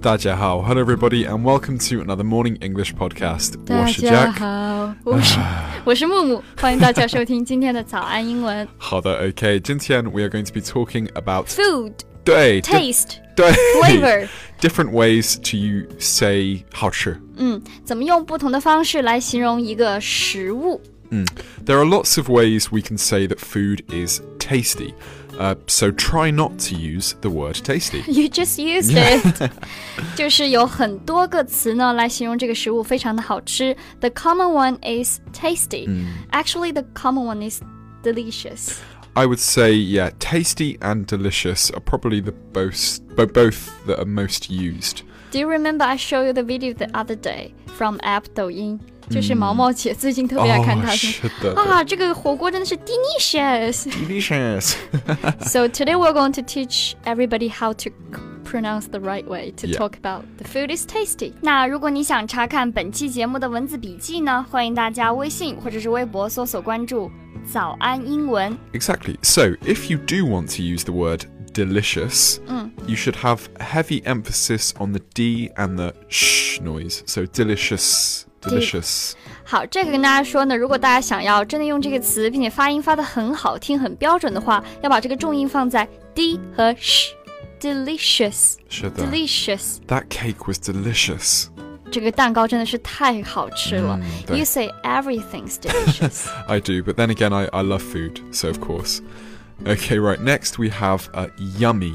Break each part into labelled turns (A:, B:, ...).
A: Dajahao. Hello, everybody, and welcome to another morning English podcast.
B: 大
A: 我是
B: 家
A: Jack。啊
B: 好，我是我是木木，欢迎大家收听今天的早安英文
A: 好的，OK，今天 we are going to be talking about
B: food
A: 对
B: taste
A: 对
B: flavor，
A: different ways to you say 好吃。
B: 嗯，怎么用不同的方式来形容一个食物？
A: Mm. There are lots of ways we can say that food is tasty. Uh, so try not to use the word tasty.
B: You just used it，就是有很多个词呢来形容这个食物非常的好吃。The common one is tasty.、Actually,
A: 嗯
B: the common one is delicious.
A: I would say, yeah, tasty and delicious are probably the both, bo- both that are most used.
B: Do you remember I showed you the video the other day from app 抖音？
A: 嗯
B: 就是毛毛姐最近特别爱
A: Oh,
B: 看
A: 哦
B: 她说。
A: 是的，
B: 啊，这个火锅真的是 delicious。
A: delicious.
B: So today we're going to teach everybody how to c- pronounce the right way to
A: Yeah.
B: talk about the food is tasty. 那如果你想查看本期节目的文字笔记呢，欢迎大家微信或者是微博搜索关注“早安英文
A: Exactly. So, if you do want to use the word delicious, you should have heavy emphasis on the D and the sh noise. So, delicious, delicious. ”。
B: 好，这个跟大家说呢，如果大家想要真的用这个词，并且发音发的很好听、很标准的话，要把这个重音放在 d 和 sh。Delicious,
A: Should that.
B: delicious，
A: that cake was delicious.
B: 这个蛋糕真的是太好吃了。
A: 嗯对
B: you say everything's delicious.
A: I do, but then again, I, I love food, so of course. Okay, right. Next, we have uh, yummy.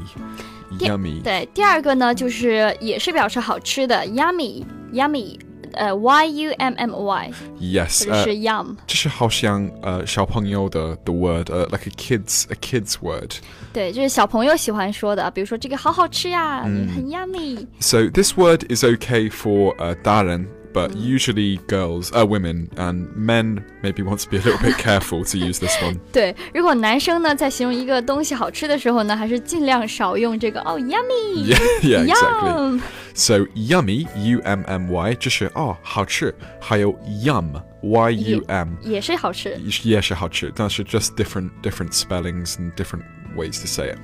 A: Yummy.
B: 对，第二个呢，就是也是表示好吃的，yummy yummy，呃，y u m m y，
A: Yes.
B: 或者
A: Uh,
B: 是 yum，、
A: 这是好像呃小朋友的 uh, the word uh, like a kids a kids word.
B: 对，这是小朋友喜欢说的，比如说这个好好吃呀，
A: 嗯
B: 很 yummy。
A: So this word is okay for uh, Darren, but usually girls, uh, women, and men maybe want to be a little bit careful to use this one.
B: 对，如果男生呢在形容一个东西好吃的时候呢，还是尽量少用这个哦 yummy。
A: Yeah, yeah, exactly.
B: Yum，
A: So yummy, U M M Y, 就是哦好吃，还有 yum, Y U M.
B: 也是好吃。
A: 也是好吃，但是 just different different spellings and different ways to say it.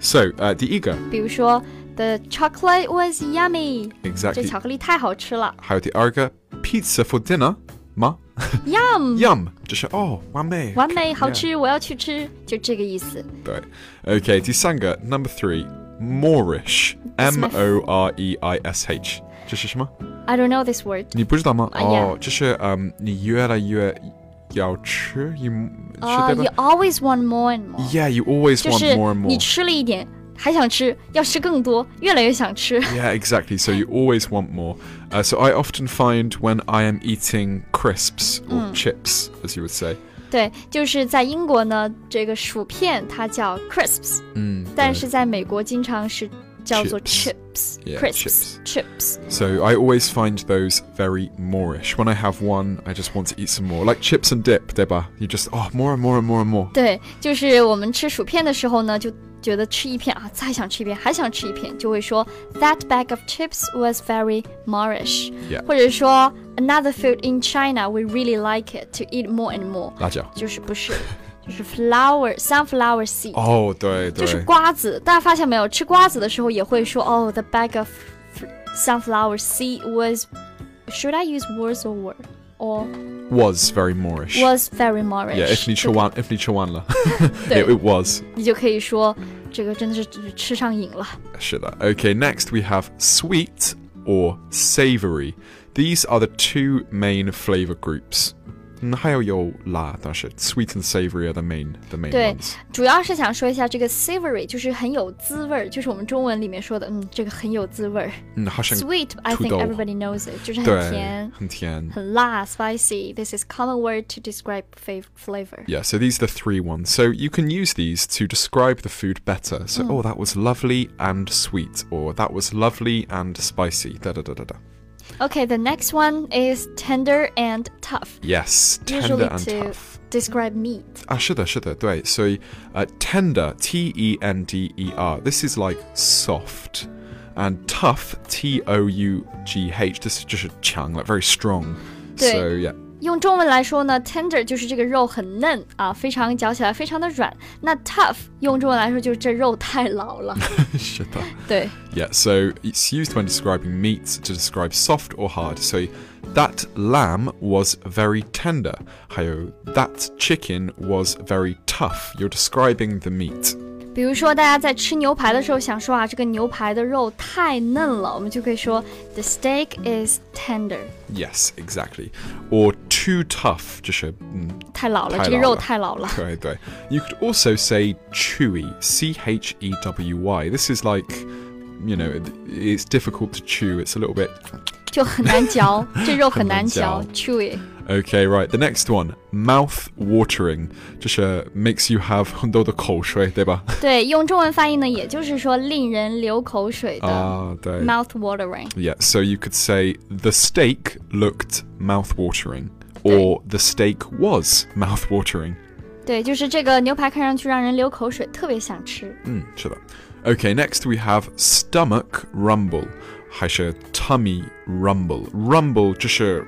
A: So uh, the ego
B: 比如说，the chocolate was yummy，这
A: exactly.
B: 巧克力太好吃了。
A: How the arga pizza for dinner? Ma
B: Yum，
A: yum oh, 就是哦完美。
B: 完美，好吃，我要去吃，就这个意思。
A: 对，OK，第三个 number three Moorish，M
B: my
A: O R E I S H，这 Oh, 是什么？
B: I don't know this word。
A: 你不知道吗？
B: 哎呀
A: 哦，这是嗯，你越来越要吃，you
B: 啊、
A: 是
B: y
A: 对
B: o u
A: 吧
B: Uh, always want more and more，、
A: ？Yeah, you always
B: 就
A: want
B: 是
A: more and
B: 你
A: more.
B: 吃了一点，还想吃，要吃更多，越来越想吃。
A: Yeah, exactly. So you always want more. Uh, so I often find when I am eating crisps or chips, as you would say.
B: 对，就是在英国呢，这个薯片它叫 crisps，
A: 嗯，
B: 但
A: 对
B: 是在美国经常是叫做
A: Chips
B: chips
A: Yeah,
B: crisps chips。
A: So I always find those very Moorish. When I have one, I just want to eat some more, like chips and dip, deba. You just oh more and more and more and more.
B: 对，就是我们吃薯片的时候呢，就觉得吃一片啊，再想吃一片，还想吃一片，就会说 That bag of chips was very Moorish，、
A: Yeah.
B: 或者说 Another food in China we really like it to eat more and more。
A: 辣椒。
B: 就是不是，就是 flower sunflower seed，、
A: 哦，Oh, 对
B: 就
A: 对，
B: 是瓜子。大家发现没有，吃瓜子的时候也会说哦、t h e bag of fr- sunflower seed was should I use words or word or
A: was very Moorish.
B: was very Moorish？
A: Yeah, if 你吃完，if 你吃完了，it, it was
B: 你就可以说这个真的是吃上瘾了。
A: 是的。Okay, next we have sweet or savory. These are the two main flavor groups. 嗯还有有辣，但是 sweet and savory are the main the main
B: 对
A: ones.
B: 主要是想说一下这个 savory，就是很有滋味儿，就是我们中文里面说的，嗯，这个很有滋味儿。
A: 嗯，好像
B: Sweet, I
A: 土
B: think
A: 豆
B: everybody knows it，就是很
A: 对
B: 甜，、
A: 很甜。
B: 很辣，spicy. This is common word to describe fav- flavor.
A: Yeah, so these are the three ones. So you can use these to describe the food better.
B: Hmm.
A: So, oh, that was lovely and sweet, or that was lovely and spicy. Da da da da da.
B: Okay, the next one is tender and tough.
A: Yes, tender
B: Usually
A: and
B: to
A: tough. Ah,
B: describe meat.
A: 啊，是的，是的，对，所以呃、tender uh, T E N D E R this is like soft and tough T O U G H this is 就是强，like very strong.
B: 对
A: So yeah,
B: 用中文来说呢，tender 就是这个肉很嫩啊，非常嚼起来非常的软。那 tough 用中文来说就是这肉太老 了。
A: Shut up.
B: 对
A: Yeah, so it's used when describing meat to describe soft or hard. So that lamb was very tender. 还有 that chicken was very tough. You're describing the meat.
B: 比如说大家在吃牛排的时候想说啊，这个牛排的肉太嫩了，我们就可以说 the steak is tender，
A: Yes, exactly. Or too tough. mm, 就是嗯
B: 太老了，
A: 太
B: 这个
A: 老
B: 肉
A: 了
B: 太老了。
A: 对对. You could also say chewy, C H E W Y. This is like, you know, it- it's difficult to chew. It's a little bit.
B: 就很 难嚼，这肉很难嚼
A: 很难
B: ，chewy。
A: Okay, right. The next one, mouth watering. Just makes you have 很多的口水,对吧?
B: 对，用中文翻译呢，也就是说令人流口水的、
A: 啊，对。
B: mouth watering。
A: Ah, Yeah, so you could say the steak looked mouth watering. Or the steak was mouth watering.
B: 对，就是这个牛排看上去让人流口水，特别想吃。
A: Mm, shut up. Okay, next we have stomach rumble. 还是 tummy rumble. Rumble 就是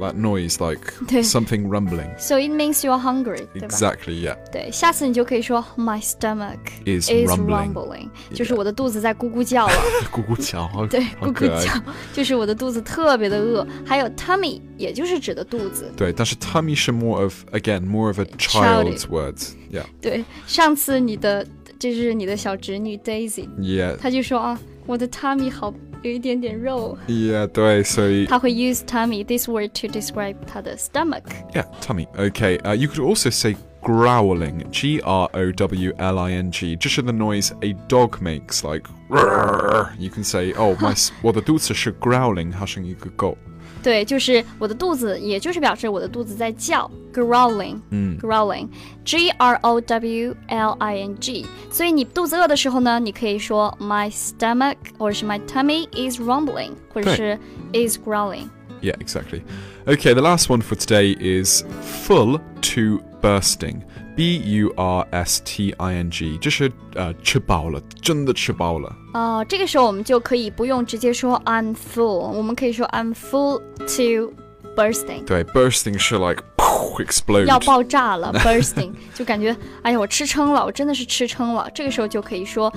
A: that noise like
B: 对。
A: something rumbling.
B: So it means you're hungry，对吧
A: Exactly, yeah.
B: 对，下次你就可以说 My stomach
A: Is rumbling.
B: rumbling，就是我的肚子在咕咕叫了。
A: 咕咕叫，好-
B: 对，咕咕
A: 好可爱。
B: 叫，就是我的肚子特别的饿。还有 tummy，也就是指的肚子。
A: 对，但是 tummy 是 more of again more of a
B: Childish.
A: child's word. Yeah.
B: 对，上次你的这是你的小侄女 Daisy，
A: Yeah.
B: 她就说啊，我的 tummy 好有一点点肉。
A: Yeah, 对，所以
B: 她会 use tummy this word to describe 她的 stomach。
A: Yeah, tummy. Okay, uh, you could also say growling, G R O W L I N G, just the noise a dog makes, like. "Grrr." You can say, oh, my. s- well, the dudes are growling, hushing you could go.
B: 对，就是我的肚子，也就是表示我的肚子在叫，growling，
A: 嗯
B: ，growling。G R O W L I N G，所以你肚子饿的时候呢，你可以说 my stomach，或者是 my tummy is rumbling，或者
A: 对
B: 是 is growling。
A: Yeah, exactly. Okay, the last one for today is full to bursting. B U R S T I N G. Just a uh, chibaola, 真的吃饱了.
B: 哦，这个时候我们就可以不用直接说 I'm full，我们可以说 I'm full to bursting，
A: 对，bursting 是 like explode.
B: 要爆炸了 bursting，就感觉哎呀我吃撑了，我真的是吃撑了。这个时候就可以说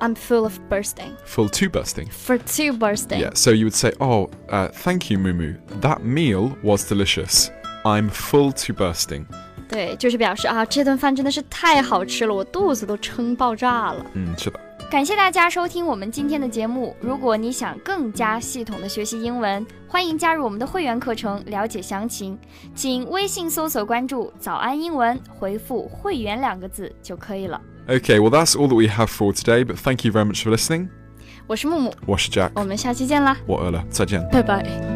B: I'm full of bursting
A: Full to bursting.
B: for to bursting。
A: Yeah, so you would say, Oh, uh, thank you, Mumu. That meal was delicious. I'm full to bursting.
B: 对，就是表示啊这顿饭真的是太好吃了，我肚子都撑爆炸了。
A: Mm, shut up.
C: 感谢大家收听我们今天的节目。如果你想更加系统的学习英文，欢迎加入我们的会员课程，了解详情。请微信搜索关注“早安英文”，回复“会员”两个字就可以了。
A: Okay, well, that's all that we have for today, but thank you very much for listening.
B: 我是木木，
A: Wash Jack.
B: 我们下期见啦，
A: What Erla? 再见.
B: 拜拜。